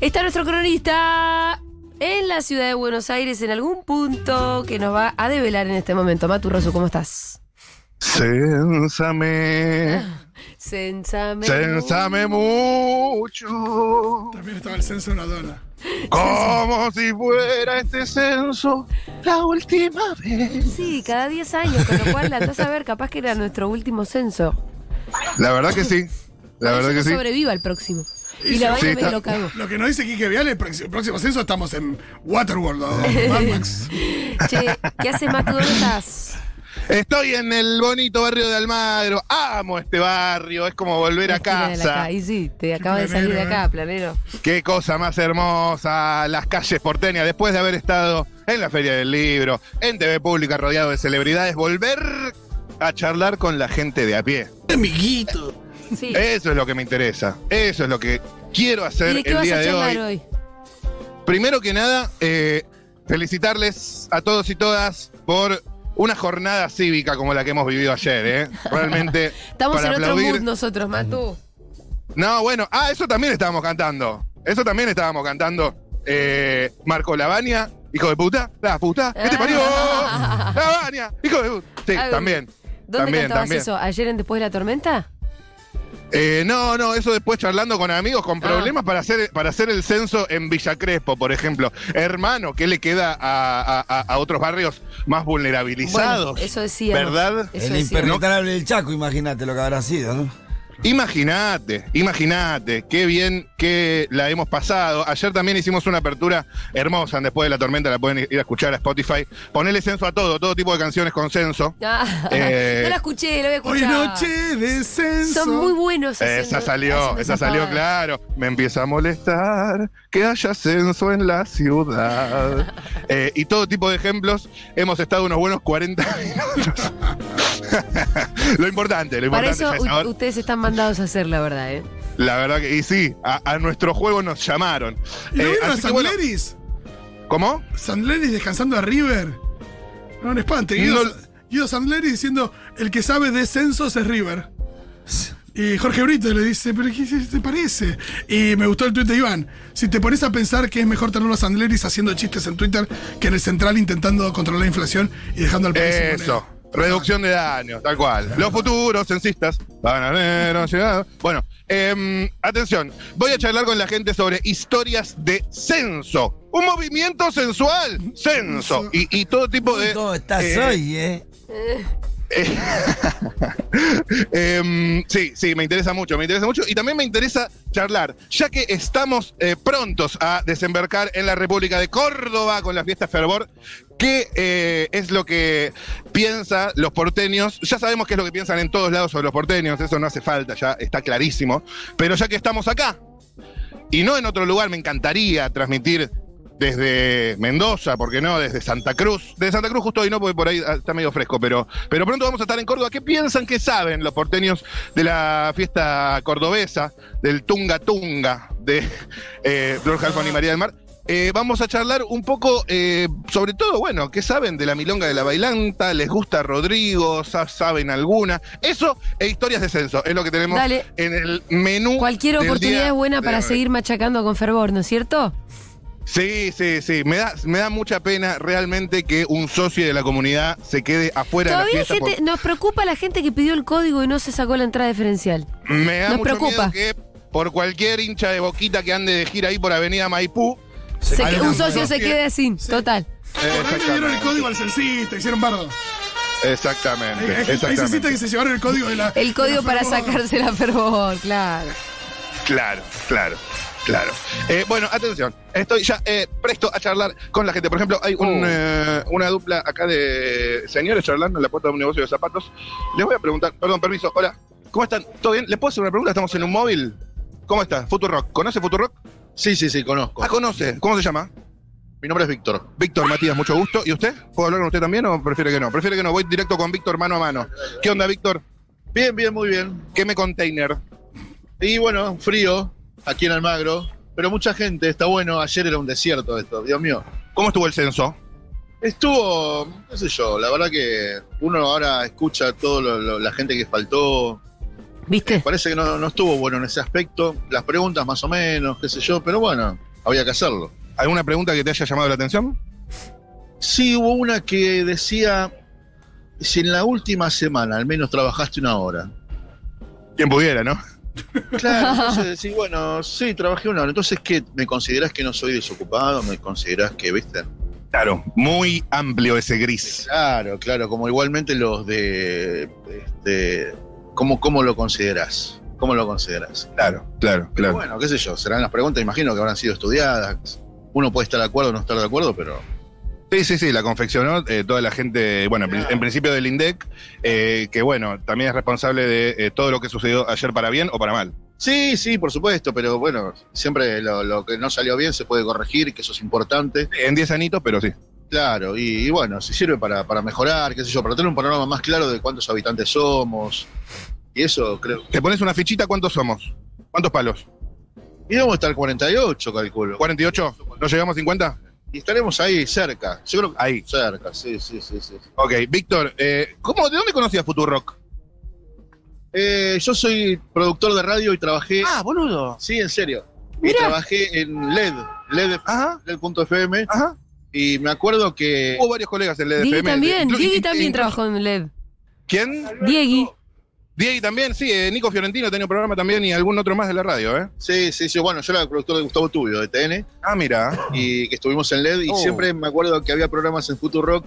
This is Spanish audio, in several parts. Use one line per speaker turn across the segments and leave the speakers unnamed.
Está nuestro cronista en la ciudad de Buenos Aires en algún punto que nos va a develar en este momento. Maturroso, ¿cómo estás?
Sénsame,
Sensame.
sénsame mucho,
También estaba el censo de una dona.
como si fuera este censo la última vez.
Sí, cada 10 años, con lo cual la andás a ver, capaz que era nuestro último censo.
La verdad que sí, la
Ojalá
verdad
yo
que
no
sí.
sobreviva al próximo. Y la
sí,
vaina me
está-
lo cago.
Lo que no dice Quique Vial, el próximo, próximo censo estamos en Waterworld o Mad Max.
Che, ¿qué haces, Matu? ¿Dónde estás?
Estoy en el bonito barrio de Almagro, amo este barrio, es como volver a
Esquina de la
casa.
ca- Y sí, te acabas de salir de
planero,
acá, planero.
Qué cosa más hermosa, las calles porteñas, después de haber estado en la Feria del Libro, en TV Pública rodeado de celebridades, volver a charlar con la gente de a pie.
Amiguito.
Sí.
Eso es lo que me interesa. Eso es lo que quiero hacer
¿Y de qué
Eh, el
vas
día
a
de
charlar
hoy.
hoy?
Primero que nada, eh, felicitarles a todos y todas por una jornada cívica como la que hemos vivido ayer. ¿eh? Realmente.
Estamos
para
en otro
aplaudir.
mood nosotros, Matu.
No, bueno, ah, eso también estábamos cantando. Eso también estábamos cantando. Eh, Marco Lavania, hijo de puta, la puta, ¿qué te parió?
Ah.
Lavania, hijo de puta. Sí,
Ay,
también.
¿Dónde
También,
cantabas
también.
eso? ¿Ayer en Después de la Tormenta?
Eh, no, no, eso después charlando con amigos con
Ah.
problemas para, hacer, para hacer el censo en Villa Crespo, por ejemplo. Hermano, ¿qué le queda a, a- a- a otros barrios más vulnerabilizados?
Bueno, eso decía.
¿Verdad?
Eso
el
decía.
impenetrable del Chaco, imagínate lo que habrá sido, ¿no?
Imagínate, imagínate, qué bien que la hemos pasado. Ayer también hicimos una apertura hermosa en después de la tormenta, la pueden ir a escuchar a Spotify. Ponerle censo a todo, todo tipo de canciones con censo.
Ah,
Eh,
no la escuché, la voy a escuchar.
Hoy noche de censo.
Son muy buenos.
Esa
haciendo-
salió,
haciendo
esa
esas
salió,
pavadas.
claro. Me empieza a molestar que haya censo en la ciudad. Eh, y todo tipo de ejemplos. Hemos estado unos buenos 40 minutos. lo importante, lo
Para
importante
eso
ya es
u-
ahora-
ustedes están mandados a hacer, la verdad, ¿eh?
La verdad que, y sí, a, a nuestro juego nos llamaron.
¿Y lo
Eh,
vieron a
así que
San
bueno,
Leris?
¿Cómo?
San Leris descansando a River. No, un espante. Guido,
No-
Guido San Leris diciendo, el que sabe de censos es River. Y Jorge Brito le dice, pero ¿qué te parece? Y me gustó el tuit de Iván. Si te pones a pensar que es mejor tenerlo a Sandleris haciendo chistes en Twitter que en el central intentando controlar la inflación y dejando al país sin
Eso.
moneda.
Reducción de daños, tal cual. Los futuros censistas van a ver han llegado. Bueno, em, atención. Voy a charlar con la gente sobre historias de censo. Un movimiento sensual. Censo. Y, y todo tipo de.
¿Cómo estás
eh,
hoy, eh?
Eh, em, sí, sí, me interesa mucho, me interesa mucho. Y también me interesa charlar, ya que estamos eh, prontos a desembarcar en la República de Córdoba con la fiesta Fervor, ¿qué eh, es lo que piensan los porteños? Ya sabemos qué es lo que piensan en todos lados sobre los porteños, eso no hace falta, ya está clarísimo. Pero ya que estamos acá, y no en otro lugar, me encantaría transmitir desde Mendoza, ¿por qué no? Desde Santa Cruz. Desde Santa Cruz justo hoy no, porque por ahí ah, está medio fresco, pero, pero pronto vamos a estar en Córdoba. ¿Qué piensan que saben los porteños de la fiesta cordobesa, del Tunga Tunga, de eh, Flor Halfon y María del Mar? Eh, vamos a charlar un poco, eh, sobre todo, bueno, ¿qué saben de la milonga de la bailanta? ¿Les gusta Rodrigo? Sa- ¿Saben alguna? Eso e historias de censo, es lo que tenemos
Dale.
en el menú.
Cualquier
del
oportunidad
día
es buena
de
para
hoy.
seguir machacando con fervor, ¿no es cierto?
Sí, sí, sí. Me da, me da mucha pena realmente que un socio de la comunidad se quede afuera
Todavía
de la
hay
fiesta.
gente, nos preocupa la gente que pidió el código y no se sacó la entrada diferencial.
por- me da
nos
mucho
preocupa.
miedo que por cualquier hincha de boquita que ande de gira ahí por Avenida Maipú. eh,
Se-
Hay
un
una-
socio se
Sí.
quede sin, total.
Por ahí le dieron el código al censista, hicieron bardo. Hay,
Exactamente.
hay- hay censistas que
exactamente.
se llevaron el código de la.
El código
de la
para
fervor.
sacarse la fervor, claro.
Eh, Claro, claro, claro. Eh, bueno, atención. Estoy ya eh, presto a charlar con la gente. Por ejemplo, hay un,
Oh.
eh, una dupla acá de señores charlando en la puerta de un negocio de zapatos. Les voy a preguntar, perdón, permiso. Hola, ¿cómo están? ¿Todo bien? ¿Les puedo hacer una pregunta? Estamos en un móvil. ¿Cómo está? Futurock. ¿Conoce Futurock?
Sí, sí, sí, conozco.
Ah, conoce. ¿Cómo se llama?
Mi nombre es Víctor.
Víctor Matías, mucho gusto. ¿Y usted? ¿Puedo hablar con usted también o prefiere que no? Prefiere que no. Voy directo con Víctor mano a mano. ¿Qué onda, Víctor?
Bien, bien, muy bien.
¿Qué me container?
Y bueno, frío aquí en Almagro, pero mucha gente, está bueno. Ayer era un desierto esto, Dios mío.
¿Cómo estuvo el censo?
Estuvo, qué sé yo, la verdad que uno ahora escucha toda la gente que faltó.
¿Viste?
Parece que no, no estuvo bueno en ese aspecto. Las preguntas más o menos, qué sé yo, pero bueno, había que hacerlo.
¿Alguna pregunta que te haya llamado la atención?
Sí, hubo una que decía, si en la última semana al menos trabajaste una hora.
Quien pudiera, ¿no?
Claro, entonces decís, bueno, sí, trabajé una hora. Entonces, ¿qué? ¿Me considerás que no soy desocupado? ¿Me considerás que, viste?
Claro, muy amplio ese gris.
Claro, claro, como igualmente los de... Este, ¿cómo, ¿Cómo lo considerás? ¿Cómo lo considerás?
Claro, claro,
Pero
claro.
bueno, qué sé yo, serán las preguntas, imagino que habrán sido estudiadas. Uno puede estar de acuerdo o no estar de acuerdo, pero
Sí, sí, sí, la confeccionó eh, toda la gente, bueno, en prin- en principio del INDEC, eh, que bueno, también es responsable de eh, todo lo que sucedió ayer para bien o para mal.
Sí, sí, por supuesto, pero bueno, siempre lo, lo que no salió bien se puede corregir, que eso es importante.
En 10 anitos, pero sí.
Claro, y, y bueno, si sirve para, para mejorar, qué sé yo, para tener un panorama más claro de cuántos habitantes somos. Y eso creo.
Te pones una fichita, ¿cuántos somos? ¿Cuántos palos?
Y vamos a estar 48, calculo.
¿48? ¿No llegamos a 50?
Y estaremos ahí cerca. Yo creo que
Ahí.
cerca, sí, sí, sí, sí.
Ok, Víctor, eh, ¿cómo, ¿de dónde conocías Futurock?
Eh, yo soy productor de radio y trabajé.
Ah, boludo.
Sí, en serio.
Mirá.
Y trabajé en E LED, LED,
Ajá,
LED.fm.
ajá. Uh.
Y me acuerdo que.
Hubo varios colegas E en el
Diego
FM.
también,
Inclu-
Diego
in-
también
in-
trabajó en LED.
¿Quién?
Diegui.
Diego también, sí, eh, Nico Fiorentino tenía un programa también y algún otro más de la radio, ¿eh?
Sí, sí, sí. Bueno, yo era el productor de Gustavo Tubio, de TN.
Ah, mira.
y que estuvimos en LED y
Oh.
siempre me acuerdo que había programas en Futurock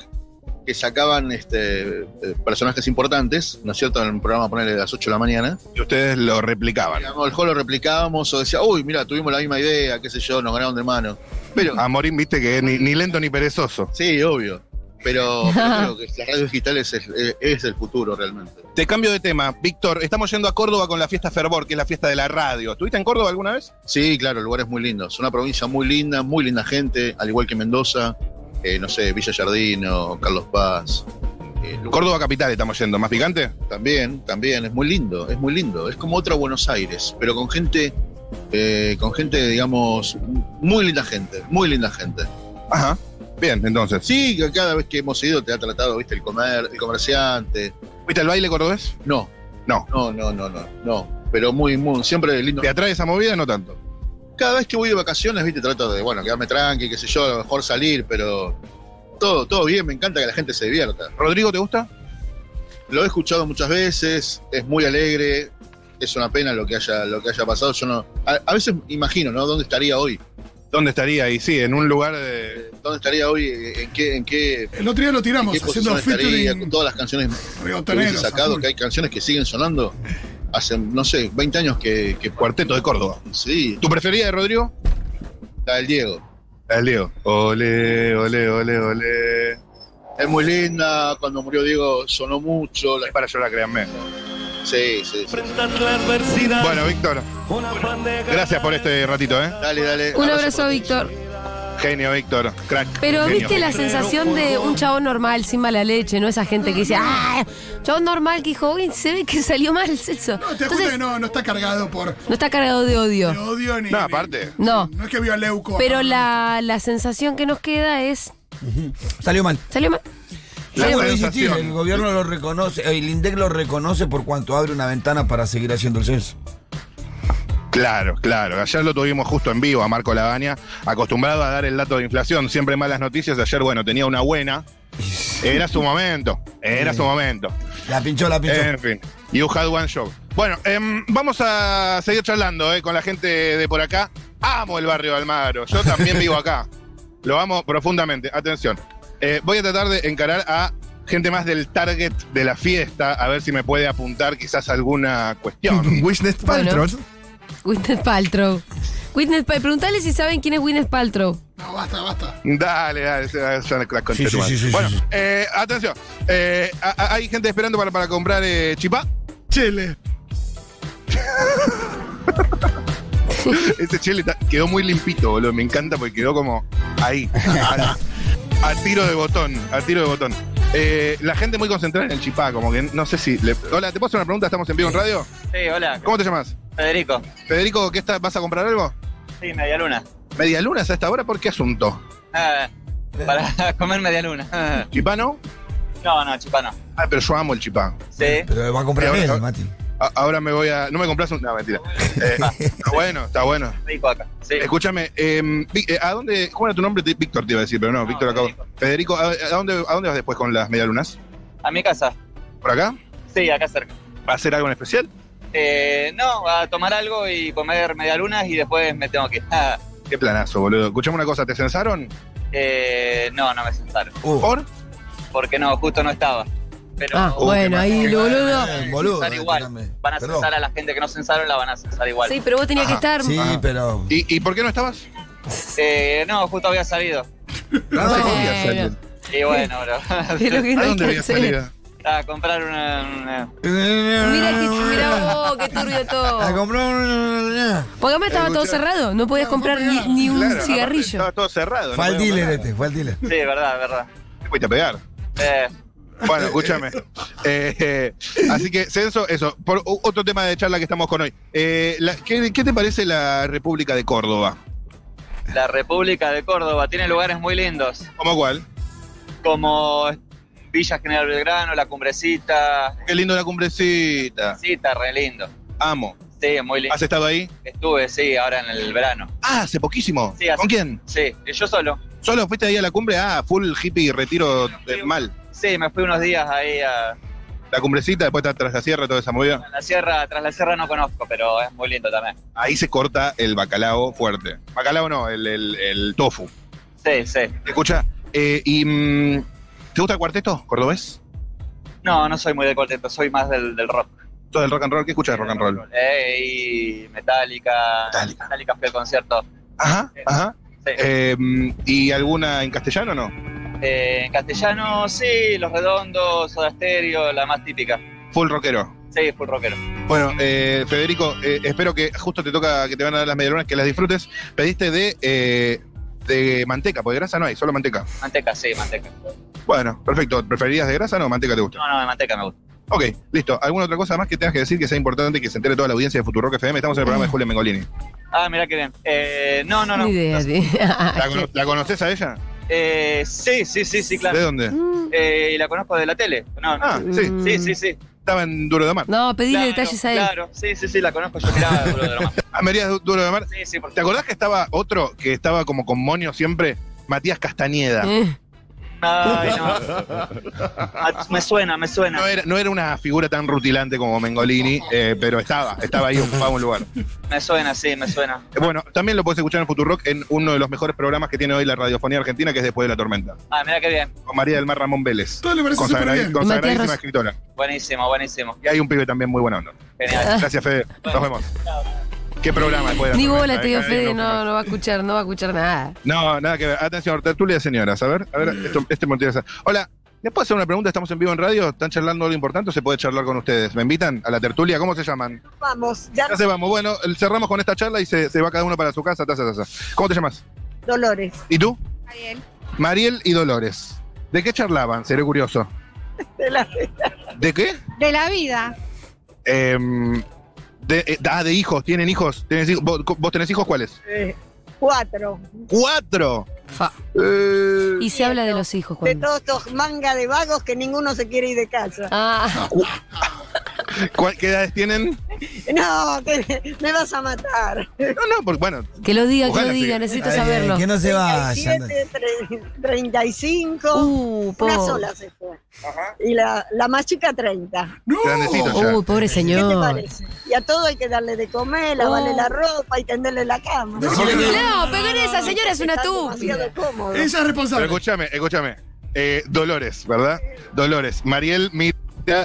que sacaban este, eh, personajes importantes, ¿no es cierto? En un programa ponerle a las 8 de la mañana.
Y ustedes lo replicaban.
Digamos, el juego lo replicábamos o decía, uy, mira, tuvimos la misma idea, qué sé yo, nos ganaron de mano. Pero,
A Morín, viste que ni, ni lento ni perezoso.
sí, obvio. Pero, pero creo que las radios digitales es, es- es el futuro realmente.
Te cambio de tema. Víctor, estamos yendo a Córdoba con la fiesta Fervor, que es la fiesta de la radio. ¿Estuviste en Córdoba alguna vez?
Sí, claro, lugares muy lindos. Una provincia muy linda, muy linda gente, al igual que Mendoza, eh, no sé, Villa Jardino, Carlos Paz. eh, lugares
Córdoba capital estamos yendo. ¿Más picante?
También, también, es muy lindo, es muy lindo. Es como otra Buenos Aires, pero con gente, eh, con gente, digamos, muy linda gente, muy linda gente.
Ajá. Bien, entonces.
Sí, que cada vez que hemos ido te ha tratado, viste, el comer, el comerciante.
¿Fuiste al baile cordobés?
No,
No.
no, no, no, no, no. Pero muy, muy, siempre lindo.
¿Te atrae esa movida? No tanto.
Cada vez que voy de vacaciones, viste, trato de, bueno, quedarme tranqui, qué sé yo, a lo mejor salir, pero todo, todo bien, me encanta que la gente se divierta.
¿Rodrigo te gusta?
Lo he escuchado muchas veces, es muy alegre, es una pena lo que haya, lo que haya pasado. Yo no, a, a veces imagino, ¿no? ¿Dónde estaría hoy?
¿Dónde estaría ahí? Sí, en un lugar de...
Eh, ¿Dónde estaría hoy? Eh, ¿En qué, en qué, en
El otro día lo tiramos
qué
haciendo
posición estaría?
featuring
Con todas las canciones que hubiese
reggaetoneros. a
sacado,
full.
que hay canciones que siguen sonando. Hace, no sé, 20 años que, que
Cuarteto de Córdoba.
Sí,
¿Tu preferida de Rodrigo?
la del Diego.
La del Diego. Ole, ole, ole, ole.
Es muy linda, cuando murió Diego sonó mucho. la-
Es para llorar, créanme.
Sí, sí, sí.
Bueno, Víctor, gracias por este ratito, ¿eh?
Dale, dale.
Un abrazo, Víctor.
Genio, Víctor. Crack.
Pero
Genio.
viste la sensación de un chabón normal, sin mala leche, no esa gente que dice, ¡ah! Chabón normal que dijo, uy, se ve que salió mal el sexo.
No, te das cuenta
Entonces,
que
no.
no, no está cargado por
está cargado de
ni
odio.
odio ni.
No,
ni-
aparte.
No.
No es que vio a Leuco.
Pero la, la sensación que nos queda es.
Salió mal.
¿Salió mal?
Yo
La
vuelvo a insistir,
sensación.
el gobierno lo reconoce, el INDEC lo reconoce por cuanto abre una ventana para seguir haciendo el censo.
Claro, claro. Ayer lo tuvimos justo en vivo a Marco Lagaña, acostumbrado a dar el dato de inflación. Siempre malas noticias. Ayer, bueno, tenía una buena. Era su momento. Era su momento.
La pinchó, la pinchó.
En fin. You had one show. Bueno, em, vamos a seguir charlando eh, con la gente de por acá. Amo el barrio de Almagro. Yo también vivo acá. Lo amo profundamente. Atención. Eh, voy a tratar de encarar a gente más del target de la fiesta, a ver si me puede apuntar quizás alguna cuestión.
Wishness
Bueno.
Paltrow.
Gwyneth Paltrow. Gwyneth Paltrow. Preguntale si saben quién es Gwyneth Paltrow.
No, basta, basta.
Dale, dale, se va a hacer la concha
Sí,
de
sí,
tu madre.
sí, sí,
Bueno,
sí, sí.
eh, atención. Eh, a- a- hay gente esperando para, para comprar eh, chipá.
Chele.
Ese Este chile ta- quedó muy limpito, boludo. Me encanta porque quedó como ahí. A, a tiro de botón, a tiro de botón. Eh, la gente muy concentrada en el chipá, como que no sé si. le- Hola, ¿te puedo hacer una pregunta? ¿Estamos en vivo en radio?
Sí, hola,
¿Cómo te llamas?
Federico.
Federico, ¿qué está, ¿vas a comprar algo?
Sí, media luna.
¿Media luna a esta hora? ¿Por qué asunto?
Ah, para comer media luna.
¿Chipá no?
No, no, chipano.
Ah, pero yo amo el chipá.
Sí.
Eh, Pero va a comprar
Pero
él,
eh, ahora-
Mati.
a- ahora me voy a. No me compras un. No, mentira. Eh, está bueno, está bueno.
Rico acá. Sí.
Escúchame, eh, Vi- eh, ¿a dónde. ¿Cómo era tu nombre? Te- Víctor te iba a decir, pero no,
No,
Víctor acabo. Federico, ¿a, a dónde, ¿a dónde vas después con las medialunas?
A mi casa.
¿Por acá?
Sí, acá cerca.
¿Va a hacer algo en especial?
Eh, no, a tomar algo y comer medialunas y después me tengo que ir. Ah,
Qué planazo, boludo. Escuchame una cosa, ¿te censaron?
eh, no, no me sentaron.
Uh,
¿Por?
Porque no, justo no estaba. Pero
Ah,
Uh,
bueno,
qué
ahí,
eh,
boludo.
boludo,
Censar igual.
tirame.
Van a
Perdón.
censar a la gente que no censaron, la van a censar igual.
Sí, pero vos tenías que estar.
Sí, Ah,
Ajá.
pero.
¿Y, y por qué no estabas?
Eh, no, justo había salido.
¿A dónde
Bueno.
habías salido?
Y bueno, bro.
Pero que no
¿A
hay
dónde
que
habías
hacer.
salido?
a comprar una, una-
Mira,
Mira
que, mira vos, qué turbio
A
todo.
comprar un.
Porque además estaba todo
Escuchá.
cerrado, no podías
No,
comprar
no
ni,
podía.
ni un
Claro, aparte
cigarrillo.
Estaba todo cerrado.
Fue al
podíamos
dealer
hablar.
este, fue al dealer.
Sí, verdad, verdad.
Te fuiste a pegar.
Eh,
Bueno, escúchame. Eh, eh, así que, Censo, eso. Por o- otro tema de charla que estamos con hoy. Eh, la- ¿qué, qué te parece la República de Córdoba?
la República de Córdoba tiene lugares muy lindos,
¿Cómo cuál?
como Villa General Belgrano, La Cumbrecita.
Qué lindo la cumbrecita.
Sí, está re lindo.
Amo.
Sí, muy lindo.
¿Has estado ahí?
Estuve, sí, ahora en el verano.
Ah, hace poquísimo.
Sí, hace-
¿Con quién?
Sí, y yo solo.
¿Solo fuiste ahí a la cumbre? Ah, full hippie, retiro del mal.
Sí, me fui unos días ahí a, a
La cumbrecita, después está tras la sierra, toda esa movida.
la sierra. Tras la sierra no conozco, pero es muy lindo también.
Ahí se corta el bacalao fuerte. Bacalao no, el, el- el tofu.
Sí, sí.
Escucha, eh, y, mm, ¿te gusta el cuarteto cordobés?
No, no soy muy de cuarteto, soy más del, del rock.
¿Todo el rock and roll? ¿Qué escuchas de rock and roll?
Eh, y Metallica.
Metallica.
fue el concierto.
Ajá, ajá.
Sí.
Eh, ¿Y alguna en castellano o no?
Eh, en castellano, sí, Los Redondos, Soda Stereo, la más típica.
Full rockero.
Sí, full rockero.
Bueno, eh, Federico, eh, espero que justo te toca que te van a dar las medialunas, que las disfrutes. Pediste de, eh, de manteca, porque grasa no hay, solo manteca.
Manteca, sí, manteca.
Bueno, perfecto. ¿Preferirías de grasa o no? Manteca te gusta.
No, no, de manteca me gusta.
Ok, listo. ¿Alguna otra cosa más que tengas que decir que sea importante y que se entere toda la audiencia de Futurock FM? Estamos en el programa de Julia Mengolini.
Ah, mirá qué bien. Eh, no, no, no.
Ni idea, sí.
¿La, cono- la conoces a ella?
Eh, sí, sí, sí, sí,
¿De
claro.
dónde?
Mm.
Eh, y la conozco de la tele. No, no.
Ah, sí.
Mm.
Sí, sí, sí.
Estaba en Duro de Mar.
No, pedile
Claro,
detalles a él.
Claro, sí, sí, sí, la conozco. Yo miraba Duro de Roma.
Ah, me harías du- Duro de Mar.
Sí, sí, por
¿Te acordás que estaba otro que estaba como con moño siempre? Matías Castañeda.
Eh,
Ay, no. Ah, Me suena, me
No
suena.
era, no era una figura tan rutilante como Mengolini, eh, pero estaba, estaba ahí, ocupaba un lugar. Eh,
Me suena, sí, me suena.
Bueno, también lo puedes escuchar en Futurock en uno de los mejores programas que tiene hoy la radiofonía argentina, que es Después de la Tormenta,
Ah, mirá qué bien.
con María del Mar Ramón Vélez,
Todo le parece súper
consagradi-
bien.
Matías
consagradísima
Ros-
escritora.
Buenísimo, buenísimo.
Y hay un pibe también muy buena onda.
Genial.
Gracias, Fede. Nos vemos. Qué programa después de la
Ah. Ni
tormenta,
bola,
eh,
te digo,
cada
Fede,
vez me
no,
gusta
no va a escuchar, no va a escuchar nada.
más. No, nada que ver. Atención, tertulia de señoras. A ver, a
Mm.
ver, esto, este me interesa. Hola, ¿les puedo hacer una pregunta? Estamos en vivo en radio. ¿Están charlando algo importante o se puede charlar con ustedes? ¿Me invitan a la tertulia? ¿Cómo se llaman?
Vamos, ya
Ya se vamos. Bueno, el- cerramos con esta charla y se, se va cada uno para su casa. Taza, taza. ¿Cómo te llamas?
Dolores.
¿Y tú?
Ariel.
Mariel y Dolores. ¿De qué charlaban? Seré curioso.
De la,
¿De qué?
de la vida.
Em, de, eh, ah, de hijos. ¿Tienen hijos? ¿Tenés hijos? ¿Vos, vos tenés hijos cuáles?
eh, cuatro.
¡Cuatro!
Fa.
Eh,
Y se habla de los hijos
De
cuando.
todos estos manga de vagos que ninguno se quiere ir de casa.
Ah,
¿cuál- ¿Qué edades tienen?
No, que me vas a matar.
No, no, porque bueno,
que lo diga, que
Ojalá
lo
sí.
diga, necesito
Ay,
saberlo.
Eh, Que no se vaya.
37, tre- 35.
Uh,
Una
po-
sola se fue. Y la, la más chica 30.
No,
grandecitos ya.
Uy, Uh, pobre
¿Qué te
señor.
parece? Y a todo hay que darle de comer, lavarle
Oh.
la ropa y tenderle la cama.
Decirle que-
No, pero esa señora es una
Está
estúpida.
demasiado cómodo.
ella es
Pero
responsable.
escúchame, escúchame. Eh, Dolores, ¿verdad? Dolores. Mariel, mira,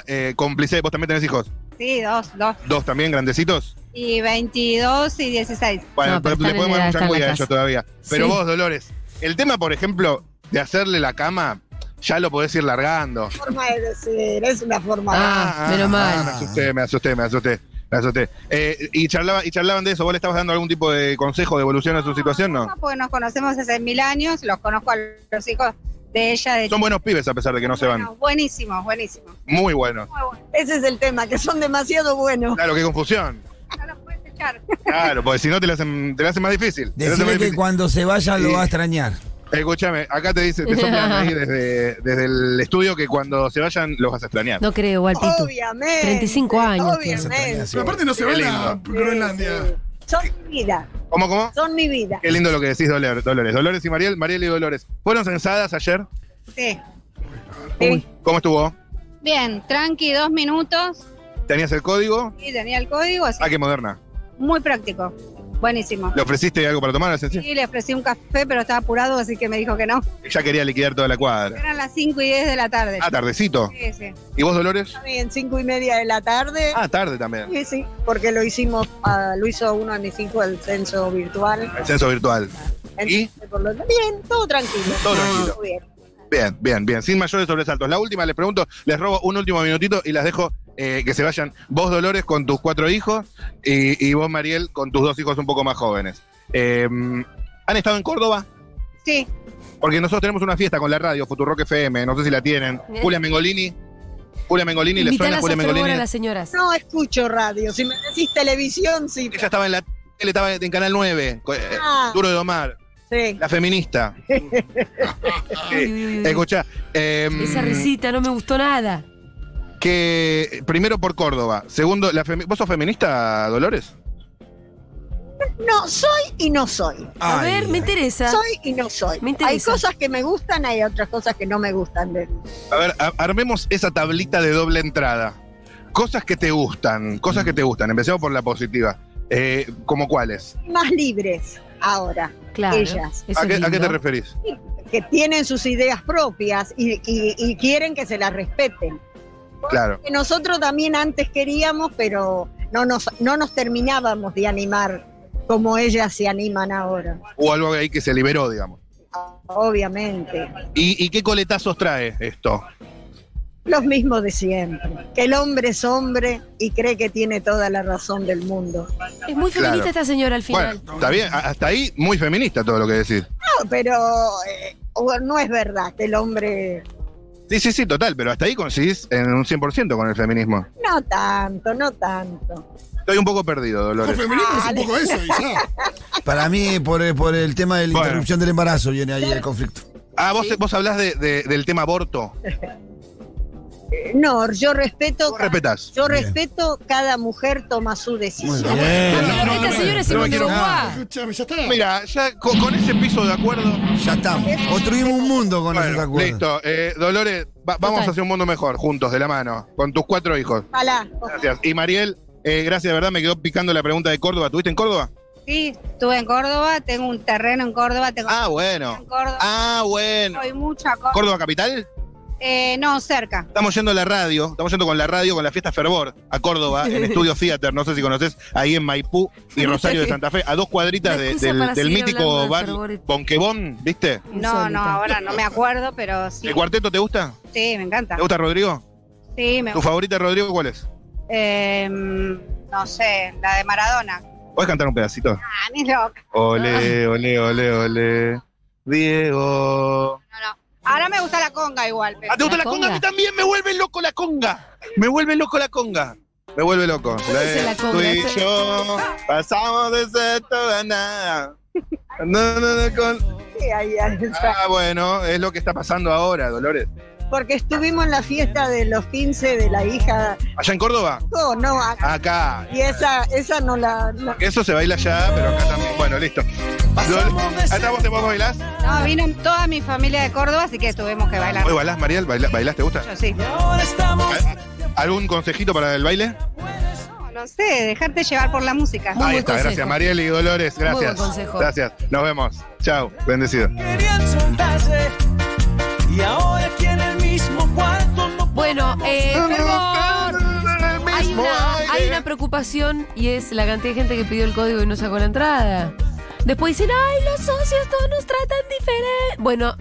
eh, cómplice. ¿Vos también tenés hijos?
Sí, dos, dos.
¿Dos también, grandecitos?
Y 22 y 16.
Bueno,
No, pero
le
están en
podemos
la-
dar
están en
mucha
la
a ellos
casa.
todavía. Pero
Sí.
vos, Dolores, el tema, por ejemplo, de hacerle la cama, ya lo podés ir largando.
forma de decir, es una forma.
Ah, menos mal.
me asusté, me asusté, me asusté. Me asusté. Eh, y, charlaba, y charlaban de eso, ¿vos le estabas dando algún tipo de consejo de evolución a su situación? No.
Pues nos conocemos hace mil años, los conozco a los hijos de ella. De
Son buenos pibes a pesar de que no se van.
Bueno, buenísimo, buenísimo.
Muy buenos.
Ese es el tema, que son demasiado buenos.
Claro, qué confusión.
No los puedes echar.
Claro, porque si no te la hacen, te la hacen más difícil. Te la hacen más
Decirle que
difícil.
cuando se vaya
Sí.
lo va a extrañar.
Escúchame, acá te dice, te soplan ahí desde, desde el estudio que cuando se vayan los vas a extrañar.
No creo, igual, Pitu.
Obviamente.
35 años tiene.
Obviamente.
Pero aparte no se
Qué
van a Groenlandia.
Son mi vida,
¿Cómo, cómo?
son mi vida.
Qué lindo lo que decís, Dolores. Dolores, Dolores y Mariel, Mariel y Dolores. ¿Fueron censadas ayer?
Sí.
Uy.
¿Cómo estuvo?
Bien, tranqui, dos minutos.
¿Tenías el código?
Y tenía el código, así
Ah, qué moderna.
muy práctico. Buenísimo.
¿Le ofreciste algo para tomar al sencillo?
Y le ofrecí un café, pero estaba apurado, así que me dijo que no.
Ella quería liquidar toda la cuadra.
Eran las 5 y 10 de la tarde.
Ah, tardecito.
Sí, sí.
¿Y vos, Dolores?
En cinco y media de la tarde.
Ah, tarde también.
Sí, sí, porque lo hicimos, ah, lo hizo uno de mis hijos el censo virtual.
El censo virtual. ¿Y?
Entonces, por lo- bien, todo tranquilo.
Todo tranquilo.
Muy bien.
Bien, bien, bien. Sin mayores sobresaltos. La última, les pregunto, les robo un último minutito y las dejo eh, que se vayan vos, Dolores, con tus cuatro hijos y, y vos, Mariel, con tus dos hijos un poco más jóvenes. Eh, ¿Han estado en Córdoba?
Sí,
Porque nosotros tenemos una fiesta con la radio, Futurock FM, no sé si la tienen.
Bien.
Julia Mengolini. Julia Mengolini, ¿le
Invitalas
suena
a
Julia
fervor a
Mengolini?
las señoras.
No escucho radio. Si me decís televisión, sí.
Ella estaba en la tele, estaba en Canal 9, co- eh,
Ah.
Duro de Omar,
Sí.
la feminista.
Uy, uy, uy, uy.
Escucha, em, mm.
Esa risita no me gustó nada.
que primero por Córdoba, segundo, la femi- ¿vos sos feminista, Dolores?
No, soy y no soy.
A
Ay,
ver, me interesa.
Soy y no soy.
Me interesa.
Hay cosas que me gustan, hay otras cosas que no me gustan. de-
A ver, a- armemos esa tablita de doble entrada. Cosas que te gustan, cosas que te
Mm.
gustan. Empecemos por la positiva. Eh, ¿Como cuáles?
Más libres ahora,
Claro.
ellas.
eso
¿A
es
qué, a qué
lindo.
te referís?
que tienen sus ideas propias y, y- y quieren que se las respeten.
Claro.
Que nosotros también antes queríamos, pero no nos, no nos terminábamos de animar como ellas se animan ahora,
O algo ahí que se liberó, digamos.
obviamente.
¿Y, y qué coletazos trae esto?
Los mismos de siempre, que el hombre es hombre y cree que tiene toda la razón del mundo.
Es muy feminista
Claro.
esta señora al final.
Bueno, está bien, a- hasta ahí muy feminista todo lo que decís.
No, pero eh, o- no es verdad que el hombre...
Sí, sí, sí, total, pero hasta ahí coincidís en un 100% con el feminismo.
No tanto, no tanto.
Estoy un poco perdido,
Con
Dolores.
feminismo es un poco eso y ya.
Para mí, por, el- por el tema de la
Bueno.
interrupción del embarazo, viene ahí el conflicto.
Ah, vos, vos hablás de- de- del tema aborto.
Eh, No, yo respeto...
Vos respetás.
Yo
Bien.
respeto, cada mujer toma su decisión.
Muy bien.
Esta señora es
no
Simone de
quiero
Beauvoir.
Escuchame, ya está.
Mira, ya con, con ese piso de acuerdo.
Ya estamos. Construimos un mundo con
Bueno,
esos acuerdos.
listo. Eh, Dolores, va- vamos
Total.
hacia un mundo mejor, juntos, de la mano, con tus cuatro hijos.
Ojalá,
Gracias. Y Mariel, eh, gracias, de verdad, me quedó picando la pregunta de Córdoba. ¿Tuviste en Córdoba?
sí, estuve en Córdoba, tengo un terreno en Córdoba, tengo
Ah,
en
bueno.
Córdoba,
Ah, bueno.
voy mucho a Córdoba.
¿Córdoba capital?
Eh, no, cerca.
Estamos yendo a la radio, estamos yendo con la radio, con la fiesta Fervor, a Córdoba, en Estudio Theater, no sé si conoces, ahí en Maipú y Rosario de Santa Fe, a dos cuadritas
Una
de-
excusa
del,
para
del
seguir hablando
mítico
de
bar
Fervor.
Bonquebón, ¿viste?
No, no,
Insólita.
ahora no me acuerdo, pero sí.
¿El cuarteto te gusta?
Sí, me encanta.
¿Te gusta Rodrigo?
Sí, me
¿Tu favorita Rodrigo cuál es?
eh, No sé, la de Maradona.
¿Puedes cantar un pedacito?
Ah, ni loca.
Ole, ole, ole, ole. Diego.
No, no. Ahora me gusta la conga igual. Pero...
Ah, ¿te gusta
La
la conga? A mí
conga.
también me vuelve loco la conga. Me vuelve loco la conga. Me vuelve loco.
es la conga?
Tú y yo pasamos de ser toda nada. No, no, no, con...
sí, ahí, ahí está.
Ah, bueno, es lo que está pasando ahora, Dolores.
Porque estuvimos en la fiesta de los 15 de la hija.
¿Allá en Córdoba?
Oh, no, acá.
Acá.
Y esa, esa no la. no-
Eso se baila allá, pero acá también. Bueno, listo. Dolores, ¿Acá vos te vos bailás?
No, vino toda mi familia de Córdoba, así que tuvimos que bailar.
¿Vos bailás, Mariel? ¿Baila- ¿Bailás? ¿Te gusta?
Yo sí.
¿Algún consejito para el baile?
No, no sé, dejarte llevar por la música.
Muy
Ahí
buen
está,
consejo.
gracias Mariel y Dolores,
Muy buen
gracias.
consejo.
Gracias, nos vemos. Chao, bendecido.
Bueno, eh, Fervor. Hay una, hay una preocupación y es la cantidad de gente que pidió el código y no sacó la entrada. Después dicen, ay, los socios todos nos tratan diferente. Bueno,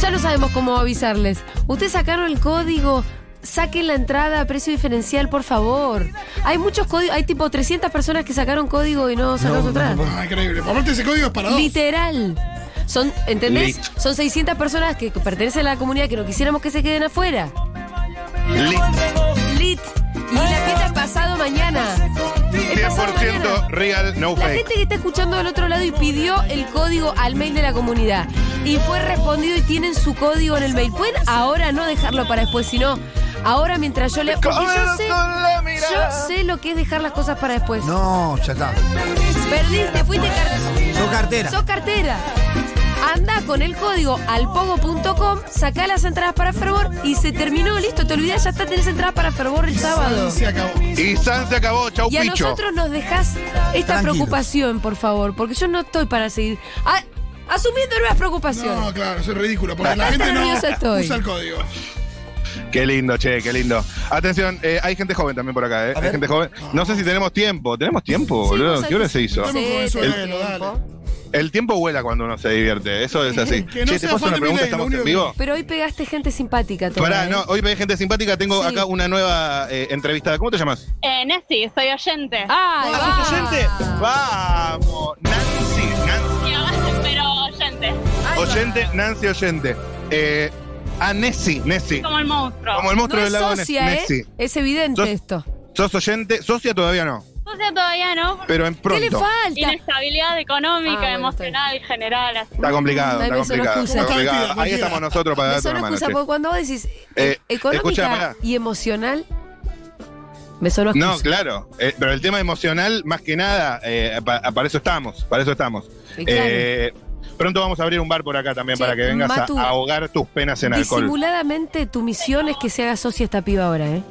ya no sabemos cómo avisarles. Ustedes sacaron el código, saquen la entrada a precio diferencial, por favor. Hay muchos códigos, hay tipo 300 personas que sacaron código y no sacaron su entrada.
Ah, increíble. Aparte ese código es para dos.
Literal. Son, ¿entendés?
Lit.
Son 600 personas que pertenecen a la comunidad que no quisiéramos que se queden afuera.
Listo.
Lit. Y la fiesta es pasado mañana.
Sí,
pasado mañana.
100% real, no
La
fake.
gente que está escuchando del otro lado y pidió el código al mail de la comunidad y fue respondido y tienen su código en el mail. Pueden ahora no dejarlo para después, sino ahora mientras yo leo. Porque yo sé, yo sé lo que es dejar las cosas para después.
No, ya está.
Perdiste, fuiste cartera.
Yo cartera.
Sos cartera. Anda con el código alpogo.com, sacá las entradas para Fervor y se terminó, listo, te olvidás, ya está, tenés entradas para Fervor el sábado.
Se acabó.
Y San se acabó, chau
Y a
picho.
nosotros nos dejas esta
Tranquilos.
preocupación, por favor, porque yo no estoy para seguir a- asumiendo nuevas preocupaciones.
No, claro, eso es ridículo, porque la
Bastante
gente no
nerviosa estoy.
usa el código.
Qué lindo, che, qué lindo. Atención, eh, hay gente joven también por acá, ¿eh?
A
Hay
ver.
gente joven. No sé si tenemos tiempo. ¿Tenemos tiempo, boludo?
vos
¿Qué hora
sabés que
se hizo?
sí,
Estamos con
sí,
Venezuela,
tenemos
dale.
tiempo.
El tiempo vuela cuando uno se divierte. Eso es así.
Que no
che, ¿te
sea
puedo hacer
fan
una
de
pregunta?
Milei, lo
¿Estamos en
único que-
vivo?
Pero hoy pegaste gente simpática toda,
Pará,
¿eh?
no, hoy ve gente simpática. Tengo
Sí.
acá una nueva eh, entrevistada. ¿Cómo te llamas?
Eh, Nessie, soy oyente.
Ay,
Ah,
va.
oyente. Vamos, Nancy, Nancy.
Mi mamá, pero oyente.
Ay, va.
Oyente, Nancy Oyente. Eh, a Nessie, Nessie.
Como el monstruo.
Como el
No
monstruo
es
del lago
socia,
Nessie.
¿eh? Es evidente
Sos-
esto.
¿Sos oyente? Socia todavía no,
Socia todavía no. porque
pero en
¿Qué le
pronto.
falta?
Inestabilidad económica,
Ah, bueno,
emocional, general. así.
Está complicado,
Ay,
está
me sonó
complicado.
excusa.
está
¿Cómo está
complicado.
vestida?
Ahí
¿Cómo
estamos nosotros para
Me
darte
son
una mano.
excusa,
che.
porque cuando vos decís
Eh,
eh,
escuchá,
económica
pará.
y emocional, me sonó
No,
excusa.
claro, eh, pero el tema emocional, más que nada, eh, pa- para eso estamos, para eso estamos.
Y claro.
Eh, pronto vamos a abrir un bar por acá también
Che,
para que vengas a-
Matu,
a ahogar tus penas en alcohol.
Disimuladamente, tu misión es que se haga socia esta piba ahora, ¿eh?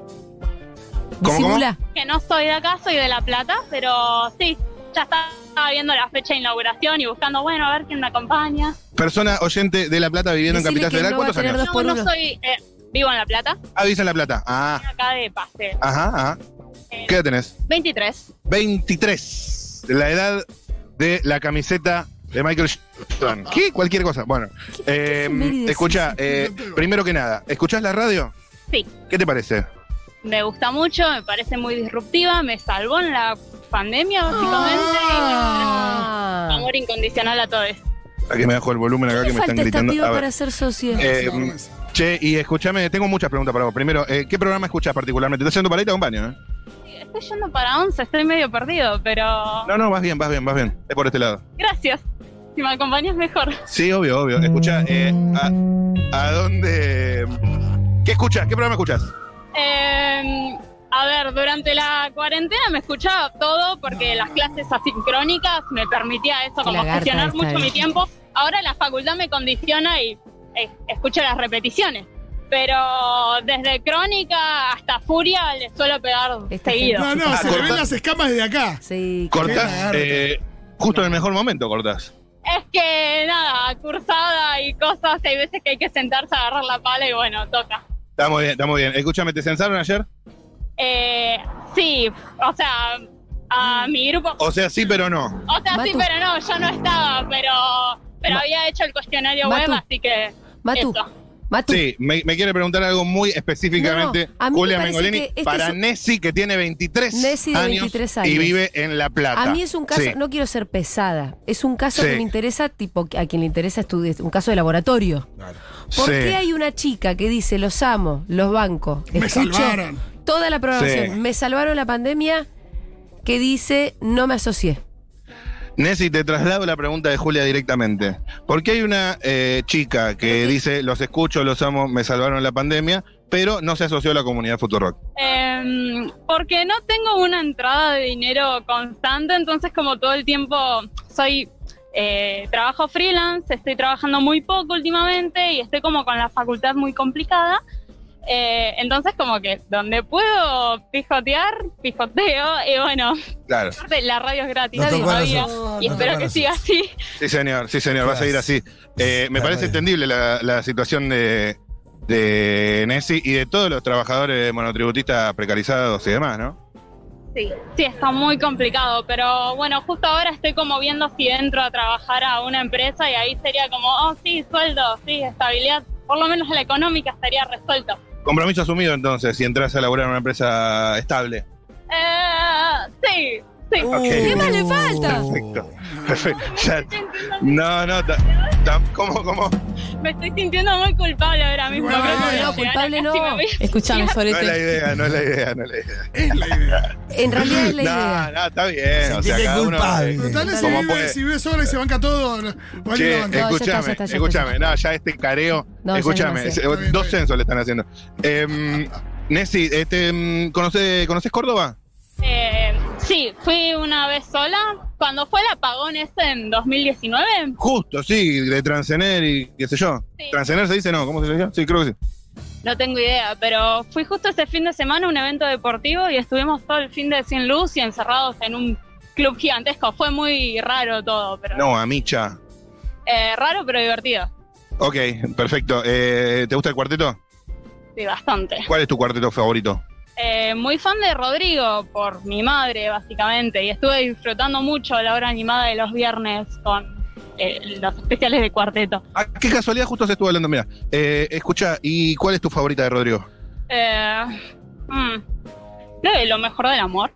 ¿Cómo,
Disimula.
Que no soy de acá, soy de La Plata, pero sí, ya estaba viendo la fecha de inauguración y buscando, bueno, a ver quién me acompaña.
Persona oyente de La Plata viviendo
Decile
en Capital
que
Federal,
no va a
¿cuántos
tener
años?
Dos por
No, no
uno.
soy, eh, vivo en La Plata,
Ah, vivís en La Plata. Ah,
acá de Pase.
ajá, ajá.
Eh,
¿Qué edad tenés?
23.
23. La edad de la camiseta de Michael Jordan. ¿Qué? Cualquier cosa. Bueno, eh,
efemérides
escucha,
es
eh, primero que nada, ¿escuchás la radio?
Sí.
¿Qué te parece?
Me gusta mucho, me parece muy disruptiva, me salvó en la pandemia, básicamente. y bueno,
Ah.
amor incondicional a todos.
Aquí me bajo el volumen acá
¿Qué
que
le
me están
falta a esta
gritando.
piba
A ver.
para ser socia?
Eh,
No, no es.
Che, y escúchame, tengo muchas preguntas para vos. Primero, eh, ¿qué programa escuchás particularmente? ¿Estás yendo para ir a un baño? eh?
Estoy yendo para 11, estoy medio perdido, pero
No, no, vas bien, vas bien, vas bien. Es por este lado.
gracias. Si me acompañas mejor.
Sí, obvio, obvio. Escucha, eh, a, a dónde...? ¿Qué escuchas? ¿Qué programa escuchas?
Eh, a ver, durante la cuarentena me escuchaba todo porque las clases asincrónicas me permitía eso, como
lagarta
gestionar
esta,
mucho
eh.
mi tiempo. Ahora la facultad me condiciona y eh, escucho las repeticiones. Pero desde Crónica hasta Furia le suelo pegar
Esta
seguido.
No, no,
Ah,
se le ven
cortá.
las escamas desde acá.
Sí.
Cortás,
Claro.
eh, justo en el mejor momento cortás.
Es que nada, cursada y cosas, hay veces que hay que sentarse, agarrar la pala y bueno, toca.
Está muy bien, está muy bien. Escúchame, ¿te censaron ayer?
Eh, sí, o sea, a
Mm.
mi grupo.
O sea, sí, pero no.
O sea, sí,
Matu.
pero no, yo no estaba, pero, pero
Ma-
había hecho el cuestionario
Matu.
web, así que.
Matu,
Eso.
Matu.
Sí, me, me quiere preguntar algo muy específicamente
No, a mí me
Julia
parece
Mengolini
que este
para
es-
Nessie, que tiene 23,
Nessie de 23 años.
y vive en La Plata.
A mí es un caso,
Sí.
no quiero ser pesada, es un caso
Sí.
que me interesa, tipo, a quien le interesa estudiar, un caso de laboratorio.
Claro.
¿Por
Sí.
qué hay una chica que dice, los amo, los bancos?
Me
escuché
salvaron.
Toda la programación,
Sí.
me salvaron la pandemia, que dice, no me asocié.
Nessie, te traslado la pregunta de Julia directamente. ¿Por qué hay una eh, chica que dice, los escucho, los amo, me salvaron la pandemia, pero no se asoció a la comunidad Futurock?
Em, porque no tengo una entrada de dinero constante, entonces, como todo el tiempo soy. eh, trabajo freelance, estoy trabajando muy poco últimamente y estoy como con la facultad muy complicada. Eh, entonces, como que donde puedo pijotear, pijoteo. Y bueno,
Claro.
aparte, la radio es gratis
Nos
tocó a
todavía,
nosotros.
y
Nos tocó
espero
a
que
nosotros.
siga así.
Sí, señor, sí, señor, va a seguir así. Eh, me
Está
parece
bien.
entendible la, la situación de, de Nessie y de todos los trabajadores monotributistas precarizados y demás, ¿no?
Sí, sí, está muy complicado, pero bueno, justo ahora estoy como viendo si entro a trabajar a una empresa y ahí sería como, oh, sí, sueldo, sí, estabilidad, por lo menos la económica estaría resuelto.
Compromiso asumido entonces, si entras a laburar en una empresa estable.
Eh, sí, Sí.
¿Qué más le falta?
Perfecto. Perfecto. Ya- no, no, ta- ta- ¿cómo, cómo?
Me estoy sintiendo muy culpable ahora mismo.
No,
Creo que
no,
voy a
no, pues.
llorar,
culpable
casi
no.
me voy a-
Escuchame,
No es la
Sorete.
idea, no es la idea, no es la idea.
Es la idea.
En realidad es la idea.
No, no, está bien. O sea,
Sentite
cada uno-
culpable.
Pero tal vez si
¿Cómo
vive,
puede?
si vive sola y se banca todo, no- vale
Che, eh,
ya
la banca.
está, ya
escúchame,
está, ya está.
escúchame. No, ya este careo.
No, ya
escúchame,
demasiado.
eh,
Está bien,
dos
está bien.
censos le están haciendo. Em, Nessi, este, mm, ¿conoce- ¿conoces Córdoba?
Eh, sí, fui una vez sola. Cuando fue el apagón ese en 2019,
Justo, sí, de Transener y qué sé yo.
Sí.
Transener se dice, no, ¿cómo se dice? Sí, creo que sí.
no tengo idea, pero fui justo ese fin de semana a un evento deportivo y estuvimos todo el fin de sin luz y encerrados en un club gigantesco. Fue muy raro todo, pero
No, a Micha.
eh, raro pero divertido.
Ok, perfecto. Eh, ¿Te gusta el cuarteto?
Sí, bastante.
¿Cuál es tu cuarteto favorito?
Eh, muy fan de Rodrigo por mi madre, básicamente, y estuve disfrutando mucho la hora animada de los viernes con eh, los especiales de cuarteto.
Ah, qué casualidad, justo se estuvo hablando. Mira, eh, escucha, ¿y cuál es tu favorita de Rodrigo?
Eh, mm, creo que lo mejor del amor.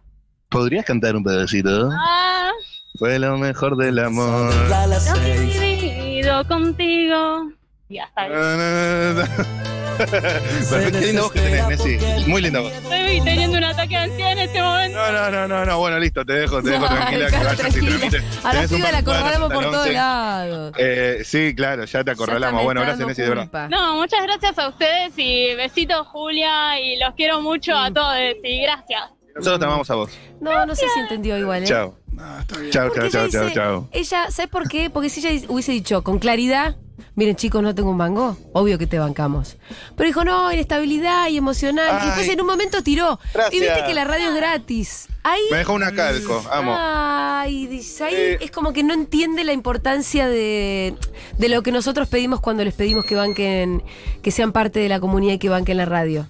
¿Podrías cantar un pedacito?
Ah,
Fue lo mejor del amor.
lo que he vivido contigo. Y hasta
Ah.
ahí.
Perfecto, qué linda voz que tenés, Nessie. Muy linda voz.
Estoy teniendo un ataque de ansiedad en este momento.
No, no, no, no, no, bueno, listo, te dejo, te dejo
Ay,
tranquila que
claro,
vayas si te
tranquila.
permite.
A la
Tenés un
piba la
par de
acorralamos por
cuadras
todos
hasta la once.
lados.
Eh, sí, claro, ya te acorralamos. bueno, gracias, Nessie, de verdad.
No, muchas gracias a ustedes y besitos, Julia, y los quiero mucho a todos. Y gracias.
Nosotros te amamos a vos.
No, no sé si entendió igual, ¿eh?
Chao.
Ah, está bien.
Chao,
Porque
chao,
ella
chao, chao,
dice-
chao.
Ella, ¿sabes por qué? Porque si ella hubiese dicho con claridad, miren chicos, no tengo un mango, obvio que te bancamos. Pero dijo, no, inestabilidad y emocional.
Ay.
y después en un momento tiró. Y viste
Gracias.
que la radio es gratis. Ahí,
Me dejó una calco,
Ah,
amo.
ay, dice, ahí
Eh.
es como que no entiende la importancia de, de lo que nosotros pedimos cuando les pedimos que banquen, que sean parte de la comunidad y que banquen la radio.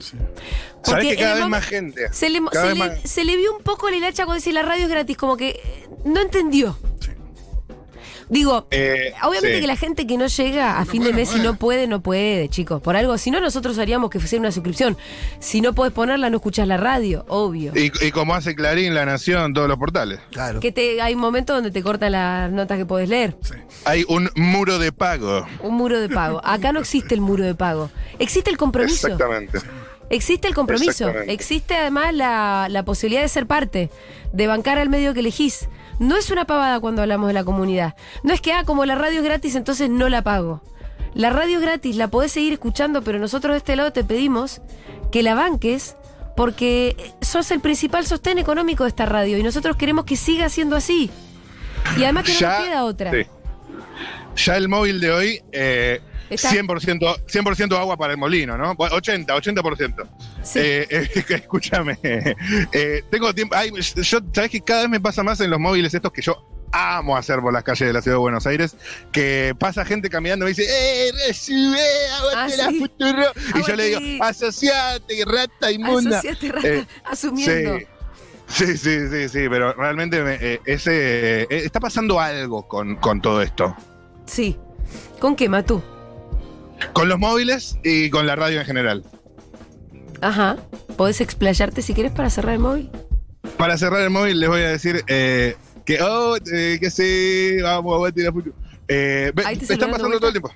Sabés que
en
cada
el
vez
momen-
más gente.
se le,
Cada
se
vez
le-
más-
se le vio un poco la hilacha cuando dice la radio es gratis, como que eh, no entendió. Digo,
Eh,
obviamente
sí.
que la gente que no llega a fin
puede,
de
no
mes, si
puede.
no puede, no puede, chicos. Por algo, si no, nosotros haríamos que fuese una suscripción. Si no podés ponerla, no escuchás la radio, obvio.
Y, y como hace Clarín, La Nación, todos los portales.
Claro.
Que te, hay un momento donde te cortan las notas que podés leer.
Hay un muro de pago.
Un muro de pago. Acá no existe el muro de pago. Existe el compromiso.
Exactamente.
Existe el compromiso,
Exactamente.
existe además la, la posibilidad de ser parte, de bancar al medio que elegís. No es una pavada cuando hablamos de la comunidad. No es que, ah, como la radio es gratis, entonces no la pago. La radio es gratis, la podés seguir escuchando, pero nosotros de este lado te pedimos que la banques porque sos el principal sostén económico de esta radio y nosotros queremos que siga siendo así. Y además que no nos queda otra.
sí. Ya el móvil de hoy, eh,
Está-
100%, 100 agua para el molino, ¿no? Bueno, 80, 80%.
Sí.
Eh, eh, escúchame, eh, tengo tiempo. ay, yo, sabes que cada vez me pasa más en los móviles estos que yo amo hacer por las calles de la ciudad de Buenos Aires, que pasa gente caminando y me dice, ¡eh, recibe!
Ah,
¡Aguante la
sí.
futuro! Y yo
Aguante.
le digo, ¡asociate, rata
Ah,
inmunda!
Asociate, rata,
Eh,
asumiendo.
Sí. Sí, sí, sí, sí, pero realmente me- eh, ese, eh, está pasando algo con, con todo esto.
Sí. ¿Con qué, Matú?
Con los móviles y con la radio en general.
Ajá. Podés explayarte si quieres para cerrar el móvil.
Para cerrar el móvil les voy a decir eh, que, oh, eh, que sí, vamos, aguante la futura. Eh, ve-
Ahí te
están
saludaron
pasando
de
todo el tiempo.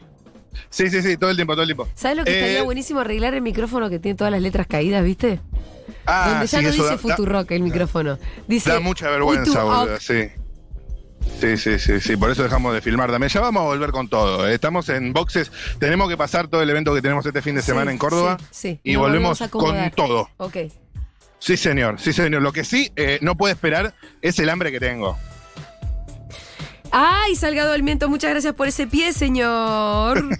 Sí, sí, sí, todo el tiempo, todo el tiempo.
¿Sabes lo que
Eh,
estaría buenísimo? Arreglar el micrófono que tiene todas las letras caídas, ¿viste?
Ah,
Donde ya
sí,
no
eso
dice
da- da-
Futurock el micrófono. Dice.
Da, mucha vergüenza,
Futurock.
boludo, sí. Sí, sí, sí, sí, por eso dejamos de filmar también. Ya vamos a volver con todo. eh. Estamos en boxes, tenemos que pasar todo el evento que tenemos este fin de
Sí,
semana en Córdoba
sí, sí.
y
Nos
volvemos
volvemos a
con
acomodar.
todo.
Ok.
Sí, señor, sí, señor. Lo que sí eh, no puede esperar es el hambre que tengo.
¡Ay, Salgado Almiento! Muchas gracias por ese pie, señor.